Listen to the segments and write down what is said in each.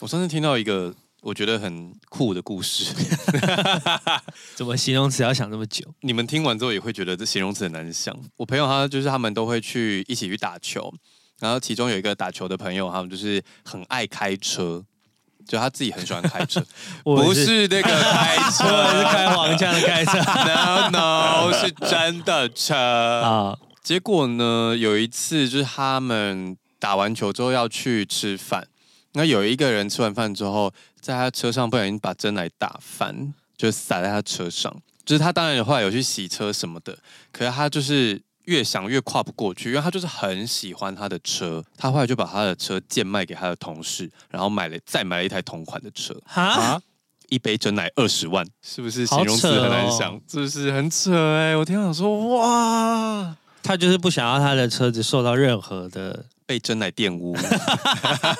我上次听到一个我觉得很酷的故事， 怎么形容词要想这么久？你们听完之后也会觉得这形容词很难想。我朋友他就是他们都会去一起去打球，然后其中有一个打球的朋友，他们就是很爱开车，就他自己很喜欢开车， 我不也是，是那个开我车也是开黄腔的开车 ，no no 是真的车。啊，结果呢，有一次就是他们打完球之后要去吃饭，那有一个人吃完饭之后，在他车上不小心把真奶打翻，就洒在他车上。就是他当然后来有去洗车什么的，可是他就是越想越跨不过去，因为他就是很喜欢他的车，他后来就把他的车贱卖给他的同事，然后买了再买了一台同款的车。哈，啊，一杯真奶二十万，是不是好形容词扯很难哦想？是不是很扯哎、我听到想说哇，他就是不想要他的车子受到任何的，被真奶玷污，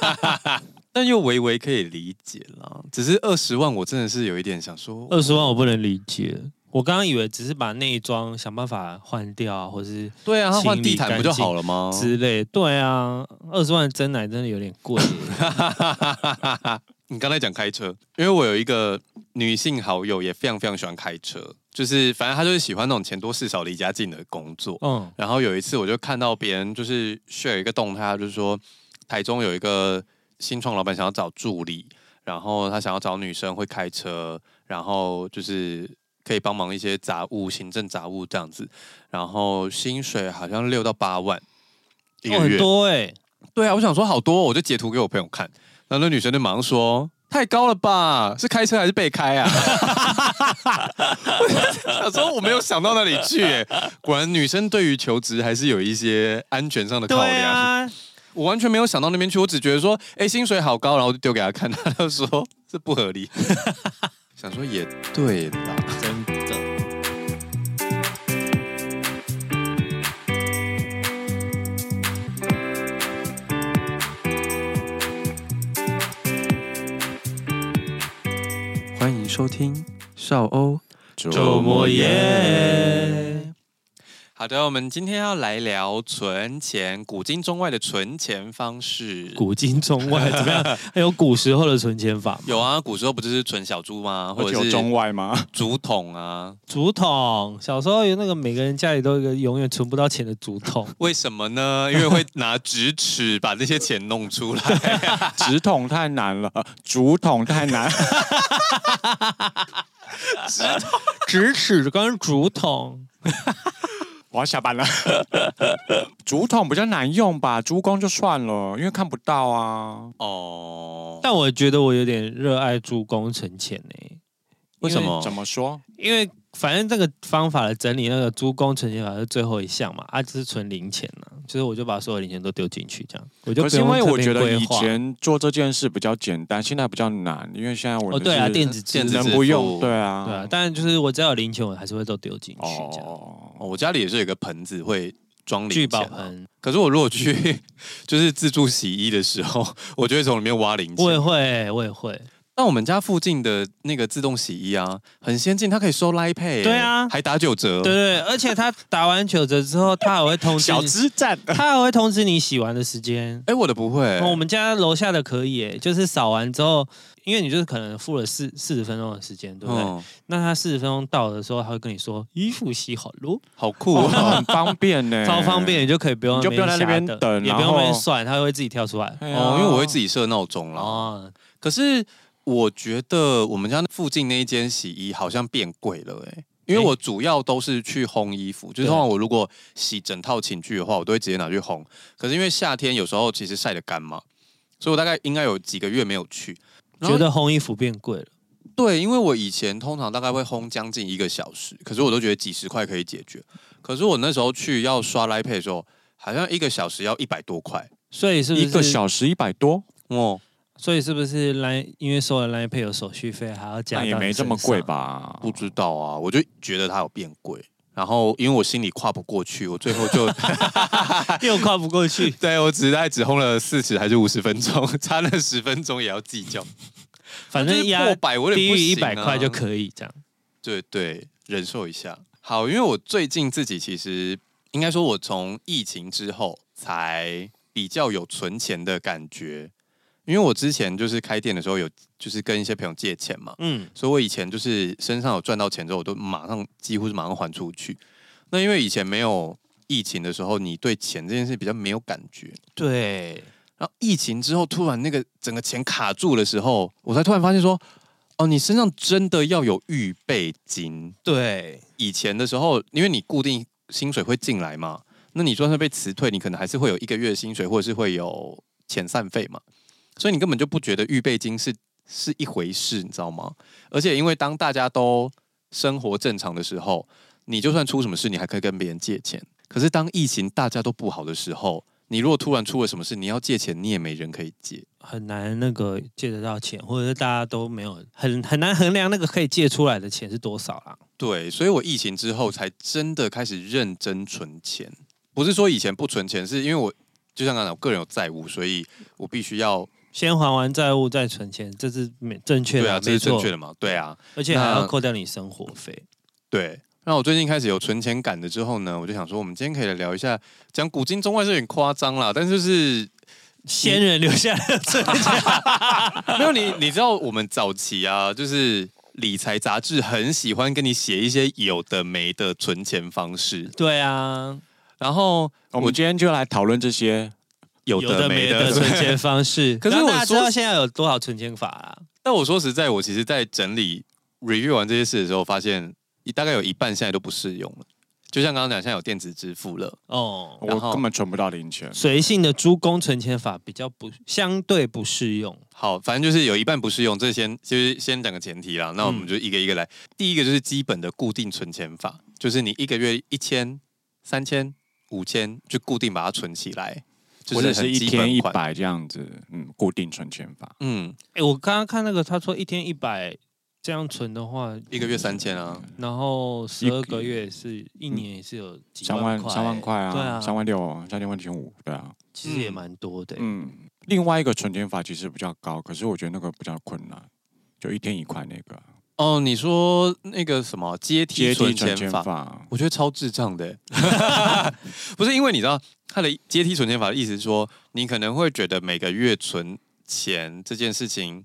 但又微微可以理解啦。只是二十万，我真的是有一点想说，二十万我不能理解。我刚刚以为只是把内装想办法换掉啊，或是对啊，他换清理地毯不就好了吗？之类。对啊，二十万真奶真的有点 贵耶。你刚才讲开车，因为我有一个女性好友也非常非常喜欢开车，就是反正她就是喜欢那种钱多事少、离家近的工作。嗯，然后有一次我就看到别人就是 share 一个动态，他就是说台中有一个新创老板想要找助理，然后他想要找女生会开车，然后就是可以帮忙一些杂物、行政杂物这样子，然后薪水好像六到八万一哦个很月。多哎，对啊，我想说好多哦，我就截图给我朋友看，然后那女生就忙说。太高了吧？是开车还是被开啊？ 我说我没有想到那里去、欸，果然女生对于求职还是有一些安全上的考对量。啊，我完全没有想到那边去，我只觉得说，哎、薪水好高，然后我就丢给他看，他就说这不合理。 想说也对啦，真的。欢迎收听少欧周末夜。好的，我们今天要来聊存钱，古今中外的存钱方式。古今中外怎么样？ 还有古时候的存钱法吗，有啊，古时候不就是存小猪吗？或或者者有是中外 吗？竹筒啊？竹筒。小时候有那个每个人家里都有一个永远存不到钱的竹 筒，为什么呢？因为会拿直尺把那些钱弄出来。 直筒太难了，竹筒 太难。直尺跟竹筒。我要下 班了。竹筒比较难用吧，竹弓就算了，因为看不到啊。哦，但我觉得我有点热爱竹工存钱呢、为什么怎么说？因为反正这个方法的整理，那个猪公存钱法是最后一项嘛，啊，就是存零钱呐、就是我就把所有零钱都丢进去，这样我就可不是因用为特我别觉得规以划前做这件事比较简单，现在比较难，因为现在我哦，们对啊，是电子支电付子能支付不用，对啊，对啊，但就是我只要有零钱，我还是会都丢进去这样。哦，我家里也是有一个盆子会装聚零钱宝啊、盆，可是我如果去 就是自助洗衣的时候，我就会从里面挖零我也钱。会，我也会。哦那我们家附近的那个自动洗衣啊，很先进，它可以收 Line Pay，欸、对啊还打九折。对对，而且他打完九折之后，他还会通知 小你，之战，他还会通知你洗完的时间。哎，我的不会、哦我们家楼下的可以耶，就是扫完之后，因为你就是可能付了四四十分钟的时间，对不对？嗯，那他四十分钟到的时候，他会跟你说衣服洗好喽，好酷 哦哦！很方便呢，超方便，。你就可以不用嗯你就不用在那边瞎等也然不用那边后哎算，他会自己跳出来。 哦，因为我会自己己设闹钟啦。啊哦，可是我觉得我们家附近那一间洗衣好像变贵了、欸，哎。因为诶我主要都是去烘衣服，就是对通常我如果洗整套寝具的话，我都会直接拿去烘。可是因为夏天有时候其实晒得干嘛，所以我大概应该有几个月没有去。然后觉得烘衣服变贵了。对，因为我以前通常大概会烘将近一个小时，可是我都觉得几十块可以解决。可是我那时候去要刷 Line Pay 的时候，好像一个小时要一百多块。所以是不一是个小时一百多，哦，所以是不是来因为收了来配有手续费，还要加？那也没这么贵？吧？不知道啊，我就觉得它有变贵。然后因为我心里跨不过去，我最后 就。又跨不过去 对我只大概只烘了四十还是五十分钟， 差那十分钟也要计较。反就正是压破百我有低点不于行、啊、一百块就可以这样。对对，忍受一下。好，因为我最近自己其实应该说，我从疫情之后才比较有存钱的感觉。因为我之前就是开店的时候有就是跟一些朋友借钱嘛，嗯，所以我以前就是身上有赚到钱之后，我都马上几乎是马上还出去。那因为以前没有疫情的时候，你对钱这件事比较没有感觉。对，然后疫情之后，突然那个整个钱卡住的时候，我才突然发现说，哦，你身上真的要有预备金。对，以前的时候，因为你固定薪水会进来嘛，那你就算是被辞退，你可能还是会有一个月的薪水，或者是会有遣散费嘛，所以你根本就不觉得预备金是是一回事，你知道吗？而且因为当大家都生活正常的时候，你就算出什么事，你还可以跟别人借钱。可是当疫情大家都不好的时候，你如果突然出了什么事，你要借钱，你也没人可以借。很难那个借得到钱，或者是大家都没有很很难衡量那个可以借出来的钱是多少啦。对，所以我疫情之后才真的开始认真存钱。不是说以前不存钱，是因为我就像刚才我个人有债务，所以我必须要先还完债务再存钱，这是没正确对的，啊，这没是错正确的嘛？对啊，而且还那要扣掉你生活费。对。那我最近开始有存钱感的之后呢，我就想说，我们今天可以来聊一下，讲古今中外是有点夸张啦，但是就是先人留下来的 存钱，没有你，你知道我们早期啊，就是理财杂志很喜欢跟你写一些有的没的存钱方式，对啊，然后我们今天就来讨论这些。有有的的没没的的存钱方式。可是然后我大家知说道现在有多少存钱法啦？但我说实在，我其实，在整理 review 完这些事的时候，发现一大概有一半现在都不适用了。就像刚刚讲，现在有电子支付了，哦，然后我根本存不到零钱。随性的猪公存钱法比较不相对不适用。好，反正就是有一半不适用。这先就是先讲个前提啦，那我嗯们就一个一个来。第一个就是基本的固定存钱法，就是你一个月一千、三千、五千，就固定把它存起来，就或者是很一基天本一款。百这样子，嗯，固定存钱法。嗯，哎，我刚刚看那个，他说一天一百这样存的话，一个月三千啊，然后十二个一月是一年也是有几三万块，三万块对啊，啊，三万六，三千万千五，对啊，其实也嗯蛮多的欸、嗯。另外一个存钱法其实比较高，可是我觉得那个比较困难，就一天一块那个哦，你说那个什么阶梯阶梯存存钱钱法，法，我觉得超智障的欸，不是因为你知道他的阶梯存钱法的意思是说，你可能会觉得每个月存钱这件事情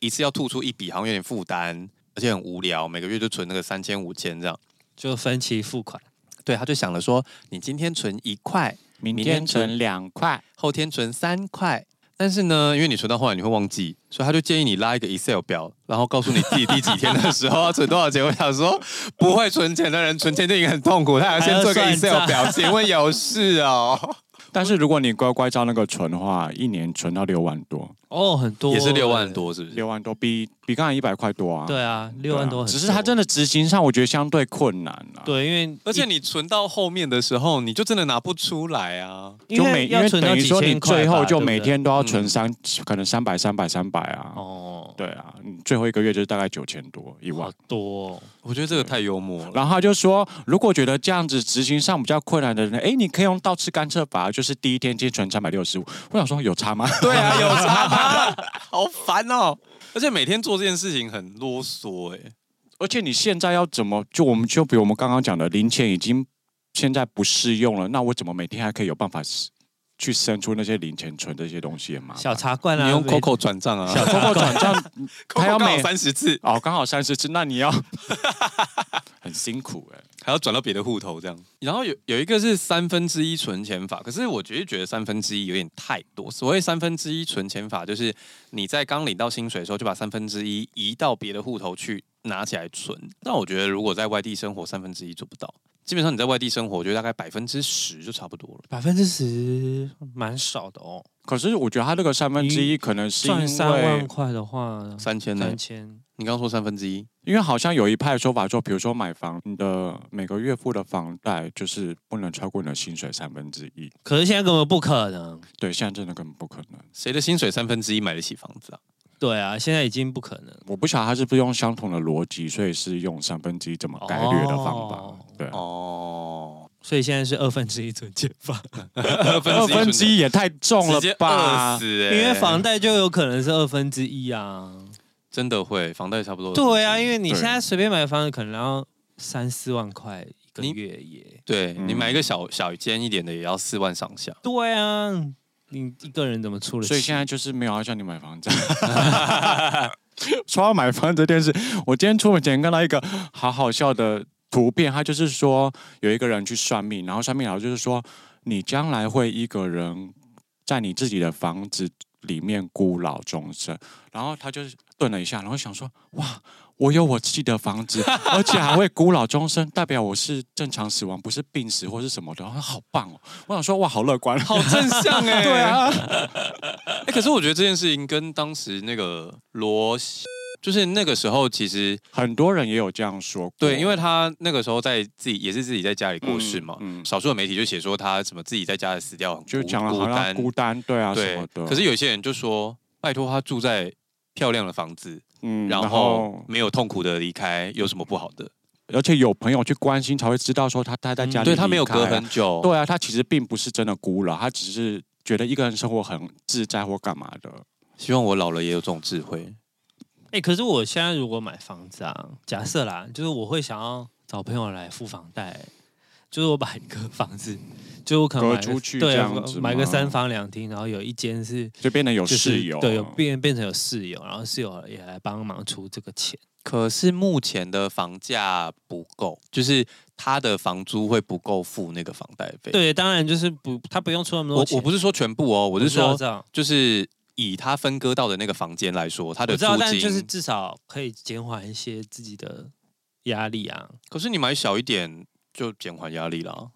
一次要吐出一笔，好像有点负担，而且很无聊，每个月就存那个三千五千这样。就分期付款。对，他就想了说，你今天存一块，明明天天存两块，后天存三块。但是呢，因为你存到后来你会忘记，所以他就建议你拉一个 Excel 表，然后告诉你自己第几天的时候要存多少钱。我想说，不会存钱的人存钱就已经很痛苦，他还要先做个还要算账 Excel 表，请问有事哦？但是如果你乖乖照那个存的话，一年存到六万多，哦，很多也是六欸万。多，是不是？六万多比比刚才一百块多啊。对啊，六万多对啊很多、只是它真的执行上，我觉得相对困难啊。，对，因为而且一你存到后面的时候，你就真的拿不出来啊。因就为每因要为存到等于几说你千块吧，最后就对不每对天都要存嗯三，可能三百、三百、三百啊。哦，对啊，你最后一个月就是大概九千多一好万。多、哦。我觉得这个太幽默了。然后他就说，如果觉得这样子执行上比较困难的人，哎，你可以用倒吃甘蔗法，就是第一天先存三百六十五。我想说有差吗？ 对啊，有差 吗？好烦哦！而且每天做这件事情很啰嗦哎、而且你现在要怎么就我们就比我们刚刚讲的零钱已经现在不适用了，那我怎么每天还可以有办法去生出那些零钱存这些东西嘛？小茶罐啊，你用每 Coco 转账啊小通货转账，Coco 他要刚好每三十次，哦刚好三十次，那你 要很辛苦哎、还要转到别的户头这样。然后有有一个是三分之一存钱法，可是我觉得觉得三分之一有点太多。所谓三分之一存钱法，就是你在刚领到薪水的时候，就把三分之一移到别的户头去拿起来存。但我觉得如果在外地生活，三分之一做不到。基本上你在外地生活，我觉得大概百分之十就差不多了。百分之十，蛮少的哦。可是我觉得他这个三分之一可能是因赚三万为，块的话，三千呢、三千你刚刚说三分之一，因为好像有一派说法说，比如说买房，你的每个月付的房贷就是不能超过你的薪水三分之一。可是现在根本不可能。对，现在真的根本不可能。谁的薪水三分之一买得起房子啊？对啊，现在已经不可能。我不晓得他是不是用相同的逻辑，所以是用三分之一这么概率的方法。哦对，哦，所以现在是二分之一存钱法， 二二分之一也太重了直接吧饿？死、因欸，为房贷就有可能是二分之一啊。真的会房贷差不多。对啊，因为你对现在随便买房子可能要三四万块一个月耶。对你嗯 买一个小小间一点的也要四万上下。对啊，你一个人怎么出了？所以现在就是没有要叫你买房子。 说到买房这件事，我今天出门前看到一个好好笑的图片，他就是说有一个人去算命，然后算命老师就是说你将来会一个人在你自己的房子里面孤老终生。然后他就是顿了一下，然后想说哇。我有我自己的房 子，而且还会孤老终生，代表我是正常死亡，不是病死或是什么的。然后好棒哦！我想说，哇，好乐观，好好正向哎、对， 啊，哎、可是我觉得这件事情跟当时那个罗，就是那个时候其实很多人也有这样说过。对，因为他那个时候在自己也是自己在家里过世嘛，嗯嗯，嗯少数的媒体就写说他什么自己在家里死掉很就孤讲了孤好像单，孤单，对啊什对么的。。可是有些人就说，拜托他住在漂亮的房子，嗯然后没有痛苦的离开，有什么不好的？而且有朋友去关心，才会知道说他待在家嗯里、对他没有隔很。久，对啊，他其实并不是真的孤老，他只是觉得一个人生活很自在或干嘛的。希望我老了也有这种智慧。哎、可是我现在如果买房子啊，假设啦，就是我会想要找朋友来付房贷、就是我把一个房子，就是我可能隔买个出去对这样子买个吗三房两厅，然后有一间是就变得有就是室友，对，有变变成有室友，然后室友也来帮忙出这个钱。可是目前的房价不够，就是他的房租会不够付那个房贷费。，对，当然就是不，他不用出那么我多钱。我不是说全部哦，我我是知道说知道就是以他分割到的那个房间来说，他的我知租道，但金。就是至少可以减缓一些自己的压力啊。可是你买小一点就减缓压力啦，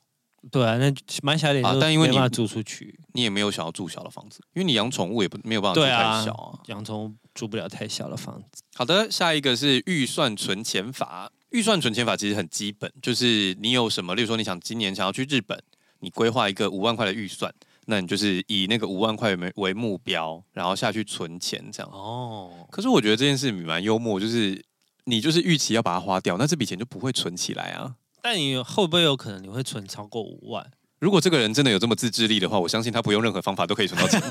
对啊，那蛮小点啊就但因为没你办法租出去，你也没有想要住小的房子，因为你养宠物也不没有办法住对太啊小啊。洋葱租不了太小的房子。好的，下一个是预算存钱法。预算存钱法其实很基本，就是你有什么，例如说你想今年想要去日本，你规划一个五万块的预算，那你就是以那个五万块为为目标，然后下去存钱这样。哦，可是我觉得这件事蛮幽默，就是你就是预期要把它花掉，那这笔钱就不会存起来啊。但你会不会有可能你会存超过五万？如果这个人真的有这么自制力的话，我相信他不用任何方法都可以存到钱。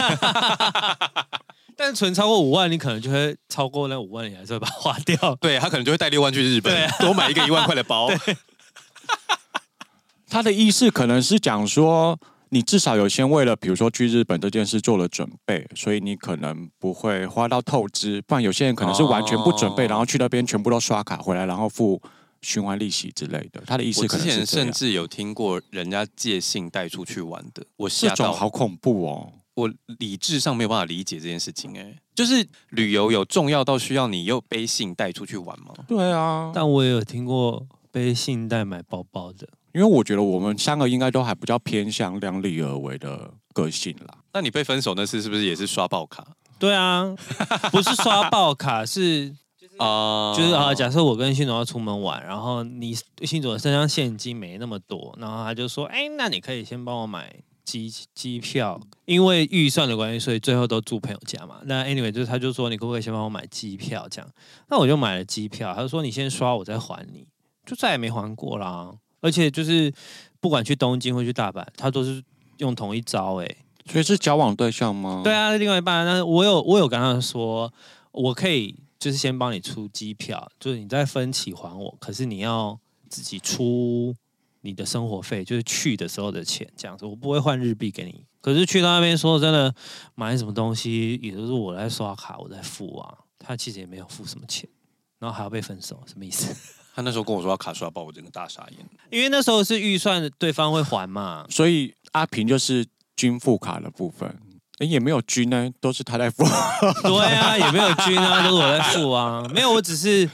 但是存超过五万，你可能就会超过那五万，你还是会把它花掉。 对他可能就会带六万去日本，对多买一个一万块的 包。他的意思可能是讲说，你至少有先为了比如说去日本这件事做了准备，所以你可能不会花到透支。不然有些人可能是完全不准备，哦然后去那边全部都刷卡回来，然后付循环利息之类的。他的意思我可之能是前这样甚。至有听过人家借信贷出去玩的，我这吓种到，好恐怖哦！我理智上没有办法理解这件事情、哎，就是旅游有重要到需要你又背信贷出去玩吗？对啊，但我也有听过背信贷买包包的，因为我觉得我们三个应该都还比较偏向量力而为的个性啦。那你被分手那次是不是也是刷爆卡对啊，不是刷爆卡，是啊就是啊，假设我跟信总要出门玩，然后你信总身上现金没那么多，然后他就说，哎、那你可以先帮我买机机票，因为预算的关系，所以最后都住朋友家嘛。那 anyway，就是他就说你可不可以先帮我买机票这样？那我就买了机票，他就说你先刷，我再还你，就再也没还过啦。而且就是不管去东京或去大阪，他都是用同一招、欸，所以是交往对象吗？对，啊，另外一半，那我有我有跟他说，我可以就是先帮你出机票，就是你再分期还我，可是你要自己出你的生活费，就是去的时候的钱这样子，我不会换日币给你。可是去到那边说真的，买什么东西也都是我在刷卡，我在付啊，他其实也没有付什么钱，然后还要被分手，什么意思？ 他那时候跟我说要卡刷爆，我整个大傻眼。因为那时候是预算对方会还嘛，所以阿平就是均付卡的部分，诶也没有均呢，都是他在付。 对啊，也没有均啊，都是我在付啊。 没有，我只是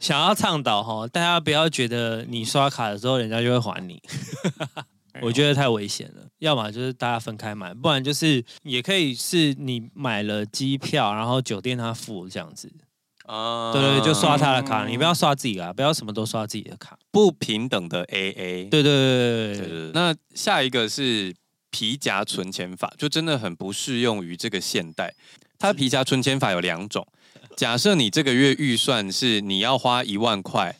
想要倡导哈，大家不要觉得你刷卡的时候人家就会还 你，我觉得太危险了。要么就是大家分开买，不然就是也可以是你买了机票，然后酒店他付这样子。啊对嗯对对，就刷他的卡，你不要刷自己的啊，不要什么都刷自己的卡。不平等的 AA。对对对对对对对，对对。那下一个是皮夹存钱法，就真的很不适用于这个现代。它的皮夹存钱法有两种，假设你这个月预算是你要花一万块，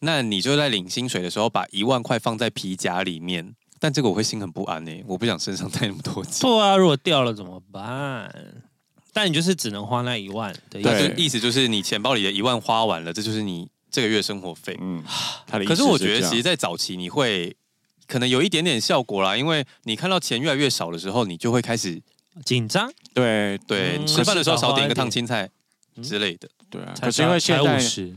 那你就在领薪水的时候把一万块放在皮夹里面。但这个我会心很不安呢、欸我不想身上带那么多钱。错啊，如果掉了怎么办？但你就是只能花那一万的意思，那对就意思就是你钱包里的一万花完了，这就是你这个月生活费。嗯，他的意思可是我觉这得，样其实，在早期你会可能有一点点效果啦，因为你看到钱越来越少的时候，你就会开始紧张，对对，嗯吃饭的时候少点一可是个烫青菜嗯之类的，对啊，才可是因为现五在十，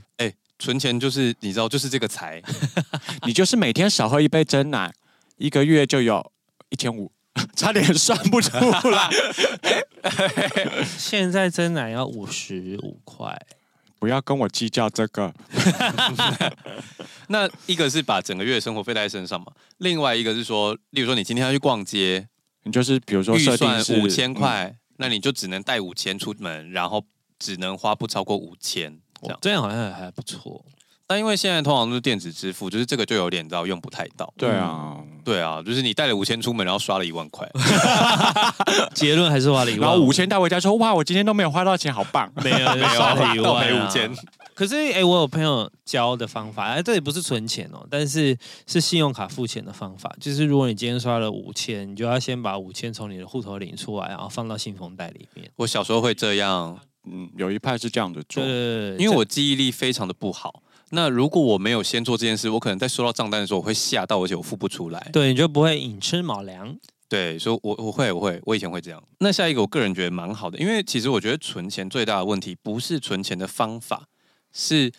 存钱就是你知道，就是这个 财，你就是每天少喝一杯真奶，一个月就有一千五， 差点算不出来。 现在真奶要五十五块，不要跟我计较这个，那一个是把整个月的生活费带在身上嘛，另外一个是说，例如说你今天要去逛街，你就是比如说预设定算是五千，块，嗯那你就只能带五千出门，然后只能花不超过五千这哇样。这样好像还不错。但因为现在通常都是电子支付，就是这个就有点你知道用不太到。嗯对啊，对啊，就是你带了五千出门，然后刷了一万 块，结论还是花了一万，然后五千带回家说哇，我今天都没有花到钱，好棒。没有没有花了一倒万赔啊五千。可是哎、诶我有朋友教的方法，哎，这也不是存钱哦，但是是信用卡付钱的方法。就是如果你今天刷了五千，你就要先把五千从你的户头领出来，然后放到信封袋里面。我小时候会这样， 嗯，有一派是这样的做对，对对，因为我记忆力非常的不好。那如果我没有先做这件事，我可能在收到账单的时候我会吓到，而且我付不出来。对你就不会寅吃卯粮。对，所以我我会我会，我以前会这样。那下一个，我个人觉得蛮好的，因为其实我觉得存钱最大的问题不是存钱的方法，是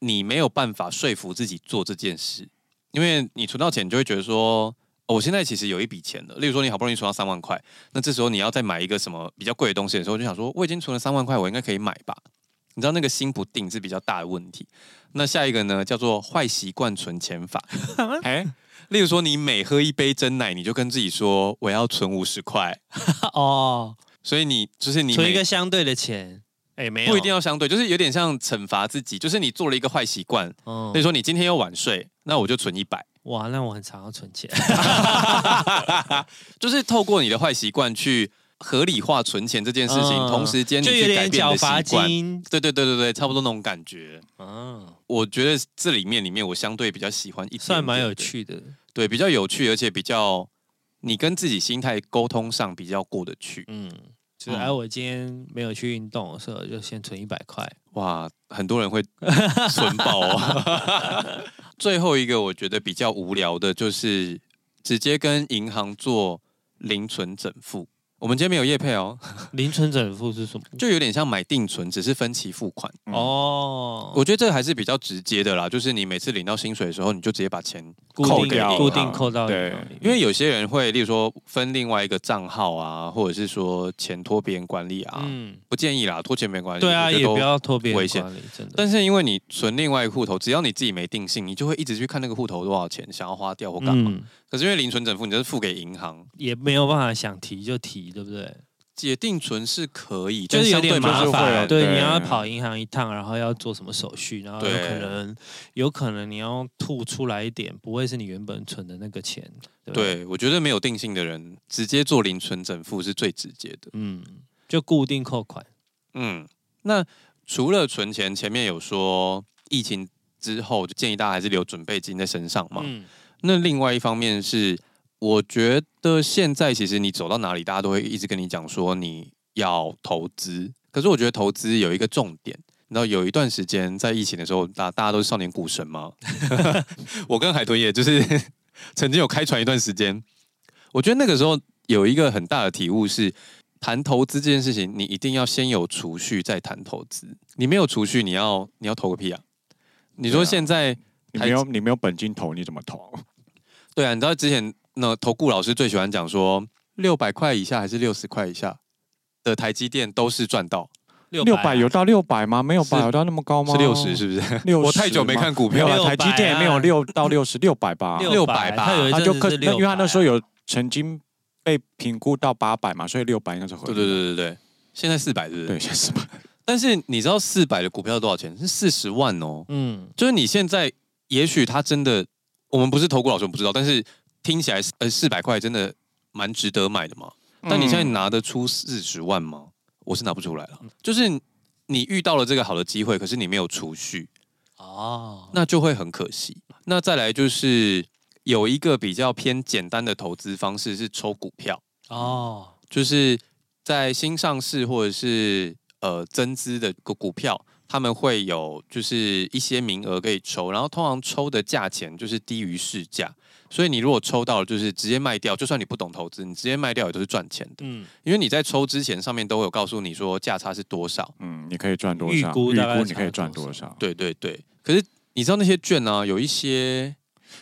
你没有办法说服自己做这件事。因为你存到钱，你就会觉得说，哦我现在其实有一笔钱了。例如说，你好不容易存到三万块，那这时候你要再买一个什么比较贵的东西的时候，就想说，我已经存了三万块，我应该可以买吧？你知道那个心不定是比较大的问题。那下一个呢，叫做坏习惯存钱法。哎，例如说，你每喝一杯真奶，你就跟自己说我要存五十块，哦，所以你就是你存一每个相对的钱，哎、没有，不一定要相对，就是有点像惩罚自己，就是你做了一个坏习惯，嗯所以说你今天又晚睡，那我就存一百，哇，那我很常要存钱。就是透过你的坏习惯去合理化存钱这件事情，嗯同时间你就有去改点变你缴的罚习惯，金。对对对对对，差不多那种感觉。嗯，我觉得这里面里面我相对比较喜欢一点点算蛮有的趣的。对，比较有趣，而且比较你跟自己心态沟通上比较过得去。嗯，就是哎，我今天没有去运动，所以我就先存一百块。哇，很多人 会损爆哦。 最后一个我觉得比较无聊的就是直接跟银行做零存整付。我们今天没有业配 哦，零存整付是什么？就有点像买定存，只是分期付款。嗯哦，我觉得这个还是比较直接的啦，就是你每次领到薪水的时候，你就直接把钱，固扣定掉固了定扣到对银行里面因为有些人会，例如说分另外一个账号啊，或者是说钱托别人管理啊，嗯，不建议啦，托钱没关系，对我啊，觉得也都不要拖别危人险管理，真的。但是因为你存另外一个户头，只要你自己没定性，你就会一直去看那个户头多少钱，想要花掉或干嘛。嗯，可是因为零存整付，你就是付给银行，也没有办法想提就提，对不对？解定存是可以，就是有但点相对麻 就是会烦，有对，对你要跑银行一趟，然后要做什么手续，然后有对可能有可能你要吐出来一点，不会是你原本存的那个钱。对吧，对，我觉得没有定性的人直接做零存整付是最直接的。嗯，就固定扣款。嗯，那除了存钱，前面有说疫情之后，就建议大家还是留准备金在身上嘛。嗯，那另外一方面是，我觉得现在其实你走到哪里，大家都会一直跟你讲说你要投资。可是我觉得投资有一个重点，你知道有一段时间在疫情的时候，大大家都是少年股神嘛。 我跟海豚也就是 曾经有开船一段时间，我觉得那个时候有一个很大的体悟是。谈投资这件事情，你一定要先有储蓄再谈投资。你没有储蓄，你要你要投个屁啊！你对说啊现在你没有你没有本金投，你怎么投？对啊，你知道之前那投顾老师最喜欢讲说，六百块以下还是六十块以下的台积电都是赚到，六啊六百有到六百吗？没有吧？是有到那么高吗？是六十是不是？哦六，我太久没看股没有票60了，六啊，百台啊积电也没有六到六十，啊六百吧？六百600吧他有一他就阵可子是那六百，因为他那时啊候有曾经被评估到八百嘛，所以六百应该是合对理。对对对对，现在四百对不对，对？现在是吧？但是你知道四百的股票多少钱？是四十万哦，嗯，就是你现在也许它真的，我们不是投顾老师，我们不知道，但是听起来呃四百块真的蛮值得买的嘛。但你现在嗯拿得出四十万吗？我是拿不出来了。就是你遇到了这个好的机会，可是你没有储蓄，哦，那就会很可惜。那再来就是有一个比较偏简单的投资方式是抽股票，哦，就是在新上市或者是呃增资的股股票，他们会有就是一些名额可以抽，然后通常抽的价钱就是低于市价，所以你如果抽到了就是直接卖掉，就算你不懂投资，你直接卖掉也都是赚钱的，嗯，因为你在抽之前上面都会有告诉你说价差是多少。嗯，你可以赚多少？预估大概你可以赚多差少？对对对，可是你知道那些券呢、有一些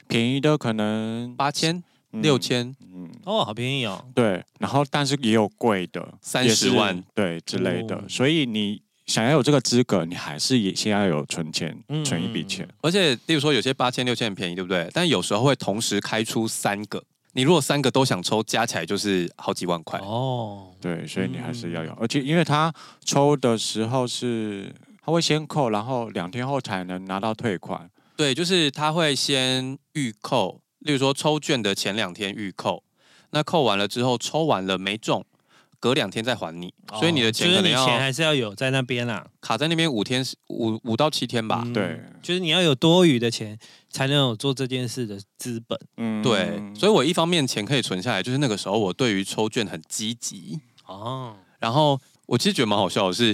便宜的可能八千、嗯六千、嗯，哦，好便宜哦，对，然后但是也有贵的，三十也万是，对之类的哦，所以你想要有这个资格，你还是也先要有存钱嗯，存一笔钱嗯。而且例如说有些八千、六千很便宜，对不对？但有时候会同时开出三个，你如果三个都想抽，加起来就是好几万块。哦，对，所以你还是要嗯有，而且因为他抽的时候是他会先扣，然后两天后才能拿到退款。对，就是他会先预扣，例如说抽券的前两天预扣，那扣完了之后抽完了没中，隔两天再还你，所以你的钱哦可就是能你要钱还是要有在那边啦，卡在那边五天五五到七天吧。嗯对，就是你要有多余的钱，才能有做这件事的资本。嗯，对，所以我一方面钱可以存下来，就是那个时候我对于抽券很积极，哦，然后我其实觉得蛮好笑的是，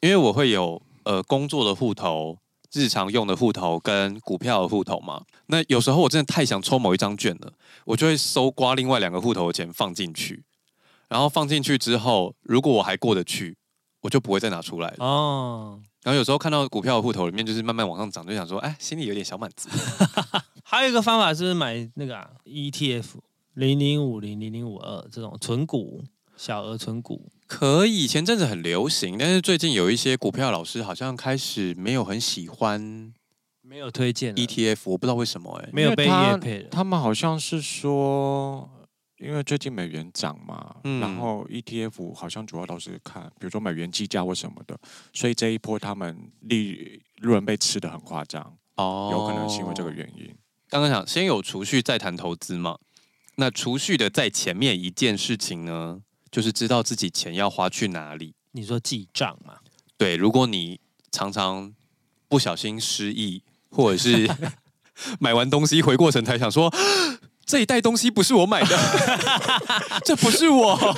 因为我会有呃工作的户头、日常用的户头跟股票的户头嘛。那有时候我真的太想抽某一张券了，我就会搜刮另外两个户头的钱放进去，然后放进去之后，如果我还过得去，我就不会再拿出来了。哦，然后有时候看到股票的户头里面就是慢慢往上涨，就想说，哎，心里有点小满足。 还有一个方法是买那个、啊、ETF 零零五零零零五二这种存股小额存股，可以，前阵子很流行，但是最近有一些股票老师好像开始没有很喜欢没有推荐了 ETF，我不知道为什么哎、没有被 E 因为它业配了。他们好像是说，因为最近美元涨嘛，嗯然后 E ETF 好像主要都是看，比如说美元计价或什么的，所以这一波他们利润被吃的很夸张，哦有可能是因为这个原因。刚刚想先有储蓄再谈投资嘛。那储蓄的在前面一件事情呢，就是知道自己钱要花去哪里。你说记账嘛？对，如果你常常不小心失忆，或者是买完东西回过神才想说，这一袋东西不是我买的，这不是我，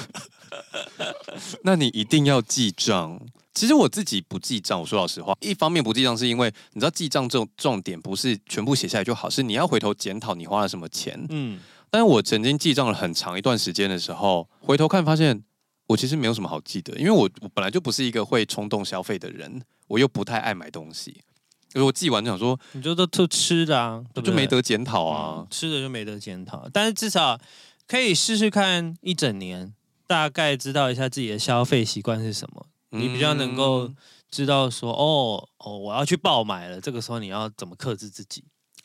那你一定要记账。其实我自己不记账，我说老实话，一方面不记账是因为你知道记账这种重点不是全部写下来就好，是你要回头检讨你花了什么钱。嗯，但是我曾经记账了很长一段时间的时候，回头看发现我其实没有什么好记得，因为我我本来就不是一个会冲动消费的人，我又不太爱买东西，所以我记完就想说你就都都吃的啊，对不对就没得检讨啊嗯。吃的就没得检讨，但是至少可以试试看一整年，大概知道一下自己的消费习惯是什么，你比较能够嗯知道说，哦哦，我要去爆买了，这个时候你要怎么克制自己？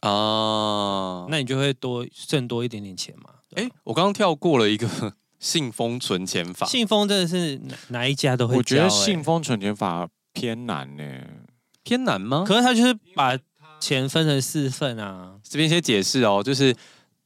啊。那那你就会多剩多一点点钱嘛。哎、我刚刚跳过了一个 信封存钱法，信封真的是哪哪一家都会我觉得教欸信封存钱法偏难呢、偏难吗？可是他就是把钱分成四份啊，这边先解释哦，就是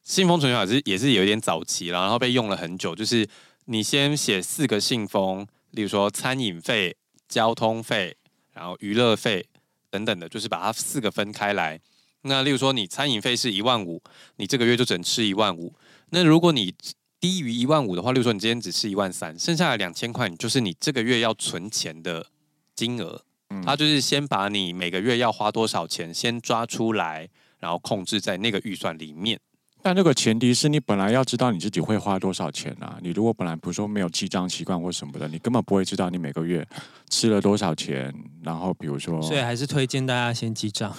信封存钱法是也是有一点早期啦，然后被用了很久。就是你先写四个信封，例如说餐饮费、交通费，然后娱乐费等等的，就是把它四个分开来。那例如说你餐饮费是一万五，你这个月就只能吃一万五。那如果你低于一万五的话，例如说你今天只吃一万三，剩下的两千块，你就是你这个月要存钱的金额。嗯他就是先把你每个月要花多少钱先抓出来，然后控制在那个预算里面。但这个前提是你本来要知道你自己会花多少钱啊！你如果本来比如说没有记账习惯或什么的，你根本不会知道你每个月吃了多少钱。然后比如哦说，所以还是推荐大家先记账。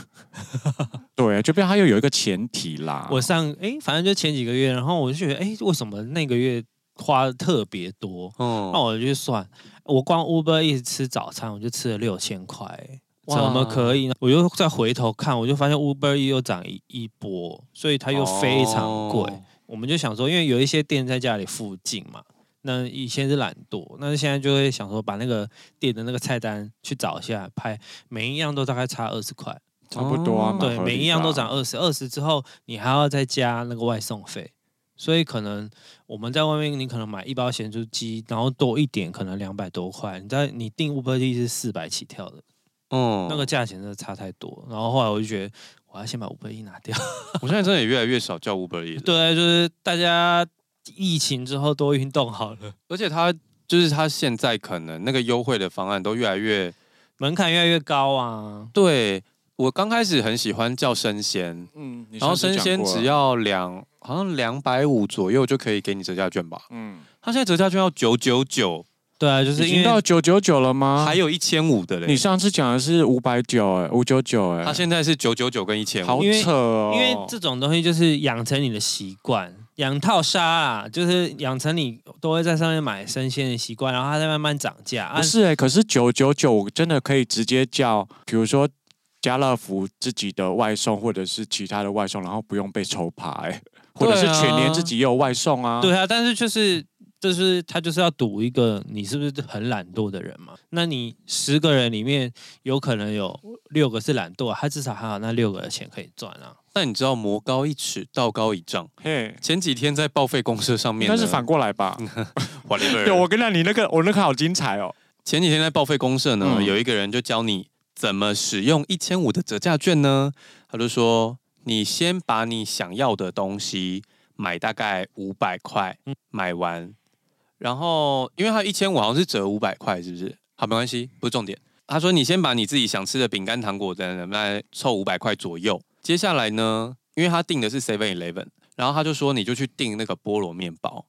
对，这边它又有一个前提啦。我上哎，反正就前几个月，然后我就觉得哎，为什么那个月花得特别多？那哦，我就去算，我光 Uber 一直吃早餐，我就吃了六千块欸，怎哇么可以呢？我又再回头看，我就发现 Uber 又涨一一波，所以它又非常贵。哦我们就想说，因为有一些店在家里附近嘛，那以前是懒惰，那现在就会想说把那个店的那个菜单去找一下拍，每一样都大概差二十块，差不多啊，哦蛮对，合理每的啊一样都涨。二十，二十之后你还要再加那个外送费，所以可能我们在外面你可能买一包咸猪鸡，然后多一点可能两百多块，你在你订 Uber E 是四百起跳的，嗯哦那个价钱真的差太多。然后后来我就觉得我要先把 Uber E 拿掉。 我现在真的也越来越少叫 Uber Eats 了，对，就是大家疫情之后多运动好了。 而且它就是他现在可能那个优惠的方案都越来越门槛越来越高啊。对我刚开始很喜欢叫生鲜，嗯，你然后上生次鲜讲过只了要两好像两百五左右就可以给你折价券吧？嗯，他现在折价券要九九九，对啊，就是已因经到为九九九了吗？还有一千五的 你嘞。上次讲的是五百九，哎，五九九，哎他，现在是九九九跟一千好五，因为扯哦，因为这种东西就是养成你的习惯，养套杀啊，就是养成你都会在上面买生鲜的习惯，然后它再慢慢涨价啊不。是哎、可是九九九真的可以直接叫，比如说家乐福自己的外送，或者是其他的外送，然后不用被抽牌、欸，或者是对啊全年自己也有外送啊。对啊，但是就是就是他就是要赌一个你是不是很懒惰的人嘛？那你十个人里面有可能有六个是懒惰，他至少还有那六个的钱可以赚啊。但你知道魔高一尺，道高一丈。嘿，前几天在报废公社上面应呢，该是反过来吧？我对，我跟你讲，你那个我那个好精彩哦。前几天在报废公社呢，嗯有一个人就教你怎么使用一千五的折价券呢。他就说，你先把你想要的东西买大概五百块，嗯买完，然后因为他一千五好像是折五百块，是不是？好，没关系，不是重点。他说，你先把你自己想吃的饼干、糖果等等，来凑五百块左右。接下来呢，因为他订的是 Seven Eleven，然后他就说你就去订那个菠萝面包。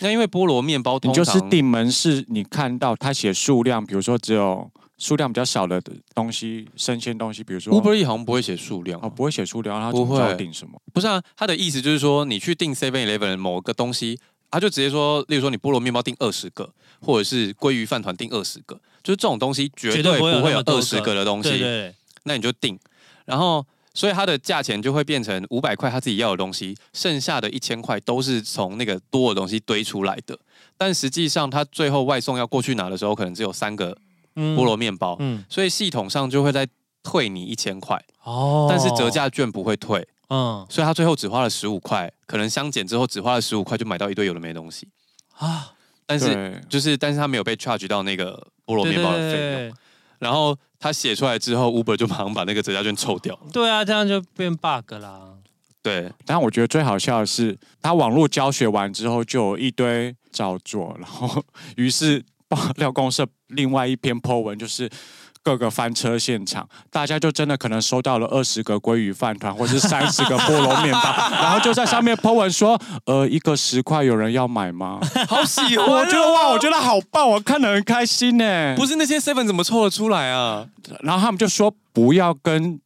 那因为菠萝面包你通常就是订门市，你看到他写数量，比如说只有数量比较少的东西，生鲜东西，比如说 Uber E 好像不会写数量哦，不会写数量，然后他不怎么知道会订什么？不是啊，他的意思就是说，你去订 Seven Eleven 某个东西，他就直接说，例如说你菠萝面包订二十个，或者是鲑鱼饭团订二十个，就是这种东西绝绝对不对不会有会那有么多二十个的东西，对对那你就订，然后。所以它的价钱就会变成五百块他自己要的东西，剩下的一千块都是从那个多的东西堆出来的。但实际上，他最后外送要过去拿的时候，可能只有三个嗯菠萝面包，嗯所以系统上就会再退你一千块，哦但是折价券不会退。嗯所以他最后只花了十五块，可能相减之后只花了十五块就买到一堆有的没的东西。啊但是对，就是，但是他没有被 charge 到那个菠萝对面对包的费用。对然后他写出来之后，Uber 就马上把那个折价券抽掉。对啊，这样就变 bug 啦。对，但我觉得最好笑的是，他网络教学完之后，就有一堆照做，然后于是爆料公社另外一篇 po 文就是。各个翻车现场，大家就真的可能收到了二十个鲑鱼饭团，或是三十个菠萝面包， 然后就在上面 po 文说：“呃，一个十块，有人要买吗好喜？”欢、 我觉得哇，我觉得好棒，我看得很开心呢。不是那些 Seven 怎么凑得出来啊？然后他们就说不要跟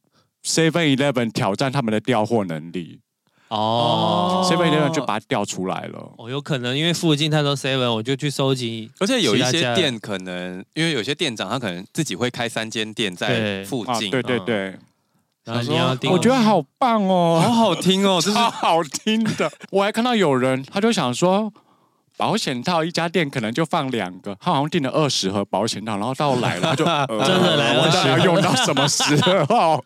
Seven Eleven 挑战他们的调货能力哦，Seven Eleven 就把它调出来了。哦，有可能因为附近太多 seven，我就去收集。而且有一其他些家店可能，因为有些店长他可能自己会开三间店在对附啊，近，对对嗯对，然后想你说要订，我觉得好棒好哦，好听哦， 这是超好听的。我还看到有人，他就想说，保险套一家店可能就放两个，他好像订了二十盒保险套，然后到来了他就、呃真的来我20到底要用到什么时候？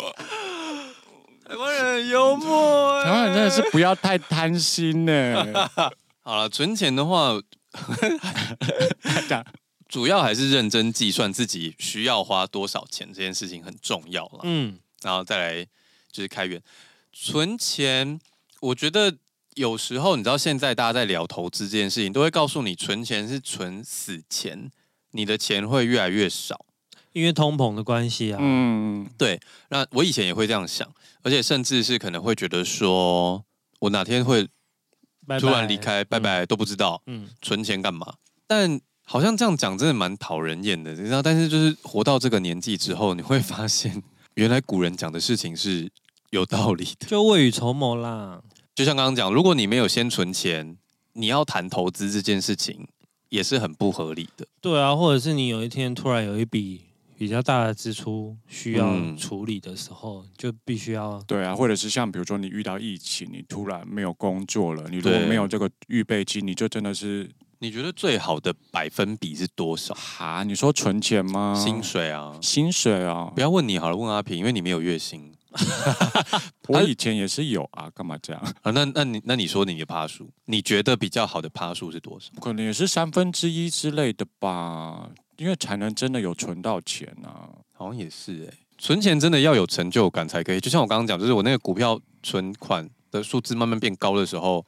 台湾人很幽默、台湾人真的是不要太贪心呢、好了，存钱的 话，主要还是认真计算自己需要花多少钱，这件事情很重要了。嗯，然后再来就是开源存钱，我觉得有时候你知道现在大家在聊投资这件事情，都会告诉你存钱是存死钱，你的钱会越来越少。因为通膨的关系啊，嗯，那我以前也会这样想，而且甚至是可能会觉得说，我哪天会拜拜突然离开，拜。嗯拜都不知道。嗯，存钱干嘛？但好像这样讲真的蛮讨人厌的，你知道？但是就是活到这个年纪之后，你会发现，原来古人讲的事情是有道理的。就未雨绸缪啦。就像刚刚讲，如果你没有先存钱，你要谈投资这件事情也是很不合理的。对啊，或者是你有一天突然有一笔比较大的支出需要嗯处理的时候，就必须要对啊，或者是像比如说你遇到疫情，你突然没有工作了，你如果对没有这个预备金，你就真的是你觉得最好的百分比是多少？哈，你说存钱吗？薪水啊？薪水啊不，要问你好了，问阿平，因为你没有月薪呃我以前也是有啊，干嘛这样？ 啊。那那你那你说你的趴数，你觉得比较好的趴数是多少？可能也是三分之一之类的吧，因为才能真的有存到钱啊。好像也是哎、存钱真的要有成就感才可以。就像我刚刚讲，就是我那个股票存款的数字慢慢变高的时候，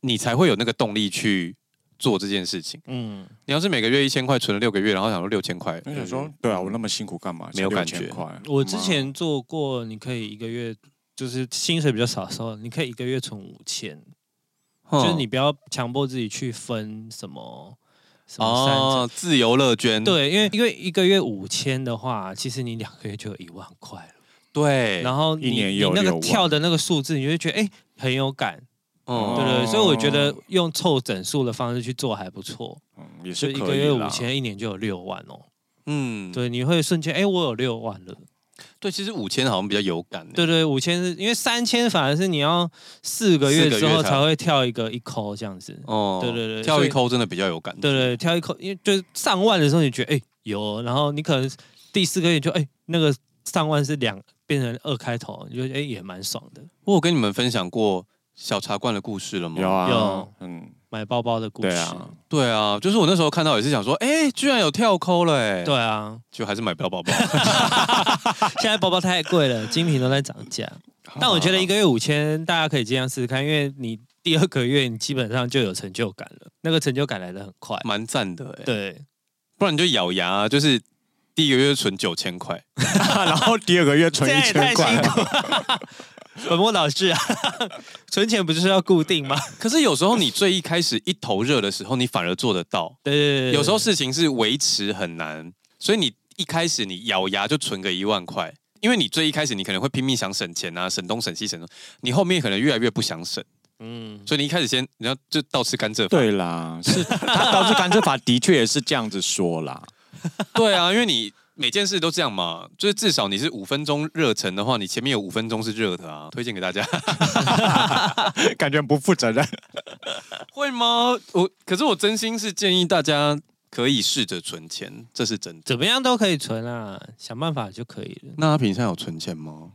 你才会有那个动力去做这件事情。嗯，你要是每个月一千块存了六个月，然后想说六千块，我想说，对啊，我那么辛苦干嘛？没有感6000觉块嗯我之前做过，你可以一个月就是薪水比较少的时候，你可以一个月存五千，哼就是你不要强迫自己去分什么什么三折。哦，自由乐嗯捐，对，因为因为一个月五千的话，其实你两个月就有一万块了。对，然后你一年也你有那个6万跳的那个数字，你就会觉得哎、很有感，嗯对哦不对？所以我觉得用凑整数的方式去做还不错，嗯，也就是一可个以月啦五，千，一年就有六万哦。嗯，对对，你会瞬间哎、我有六万了。对，其实五千好像比较有感，欸对对，五千是因为三千反而是你要四个月四个月之后才才会跳一个一抠这样子。哦，对对对跳所一以抠真的比较有感，对，对，跳一口，因为就是上万的时候，你觉得哎、有，然后你可能第四个月就哎、那个上万是两变成二开头，你就哎、也蛮爽的。我有跟你们分享过小茶罐的故事了吗？有啊有， 嗯，买包包的故事，对啊，对啊，就是我那时候看到也是想说，哎、居然有跳抠了、哎，对，啊，就还是买不到包 包。现在包包太贵了，精品都在涨价。但我觉得一个月五千，大家可以这样试试看，因为你第二个月你基本上就有成就感了，那个成就感来的很快。蛮赞的、哎，对，不然你就咬牙、就是第一个月存九千块，然后第二个月存这一样也太千块辛，苦了。 本末倒置啊， 存钱不就是要固定吗？可是有时候你最一开始一头热的时候，你反而做得到。 对对对对，有时候事情是维持很难，所以你一开始你咬牙就存个一万块，因为你最一开始你可能会拼命想省钱啊，省东省西省东，你后面可能越来越不想省，嗯，所以你一开始先你要就倒吃甘 蔗。对啦，是他导致甘蔗法的确也是这样子说啦，对啊，因为你每件事都这样嘛，就是至少你是五分钟热忱的话，你前面有五分钟是热的啊，推荐给大家。感觉很不负责任。会吗？我可是我真心是建议大家可以试着存钱，这是真的。怎么样都可以存啊，想办法就可以了。那阿平现在有存钱吗？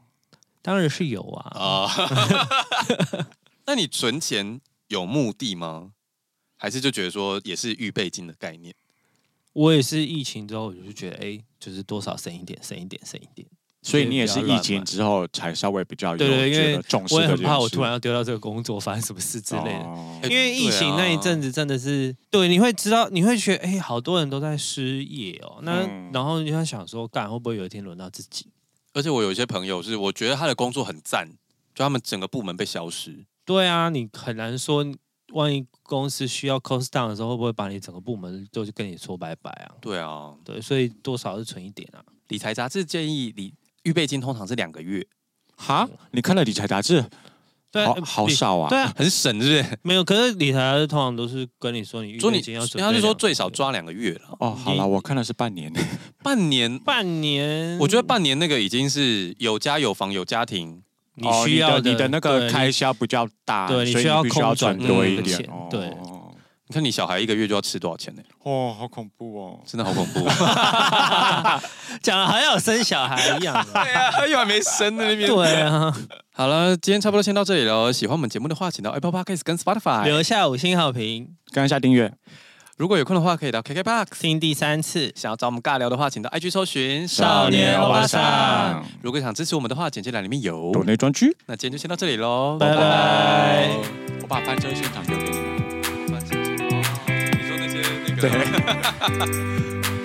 当然是有啊，哦啊、 那你存钱有目的吗？还是就觉得说也是预备金的概念？我也是疫情之后，我就觉得哎、就是多少省一点，省一点，省一点。所以你也是疫情之后才稍微比较有对对因为觉得重视我的也很怕我突然要丢掉这个工作， 发生什么事之类的。的哎因为疫情那一阵哎啊子真的是，对，你会知道，你会觉得，哎、好多人都在失业哦。那、嗯然后你就在想说，干会不会有一天轮到自己？而且我有一些朋友是，我觉得他的工作很赞，就他们整个部门被消失。对啊，你很难说，万一公司需要 cost down 的时候，会不会把你整个部门都跟你说拜拜啊？对啊，对，所以多少是存一点啊。理财杂志建议理预备金通常是两个月，哈，你看了理财杂志，对啊，好呃好理少啊。对啊，很省是不是？没有。可是理财通常都是跟你说，你预说你备金要准备他就说两最少个月抓两个月了，哦，好了，你我看了是半年，半年半年。我觉得半年那个已经是有家有房有家庭，你 哦需要你的你的那对个你 开销比较大，对你所以需要必须要空转存多你一的点钱。对哦你看你小孩一个月就要吃多少钱呢、哦，好恐怖哦！真的好恐 怖。 讲的好像有生小孩一样 啊。对啊，他又还没生在那边。对啊，好了，今天差不多先到这里了。喜欢我们节目的话，请到 Apple Podcast 跟 Spotify。留下五星好评，刚一下订阅，如果有空的话，可以到 KKBox。听第三次。想要找我们尬聊的话，请到 IG 搜寻少年欧巴桑如果想支持我们的话，简介栏里面有。抖内专区，那今天就先到这里喽，拜拜。我把翻车现场留给你们。你说那些那个？对。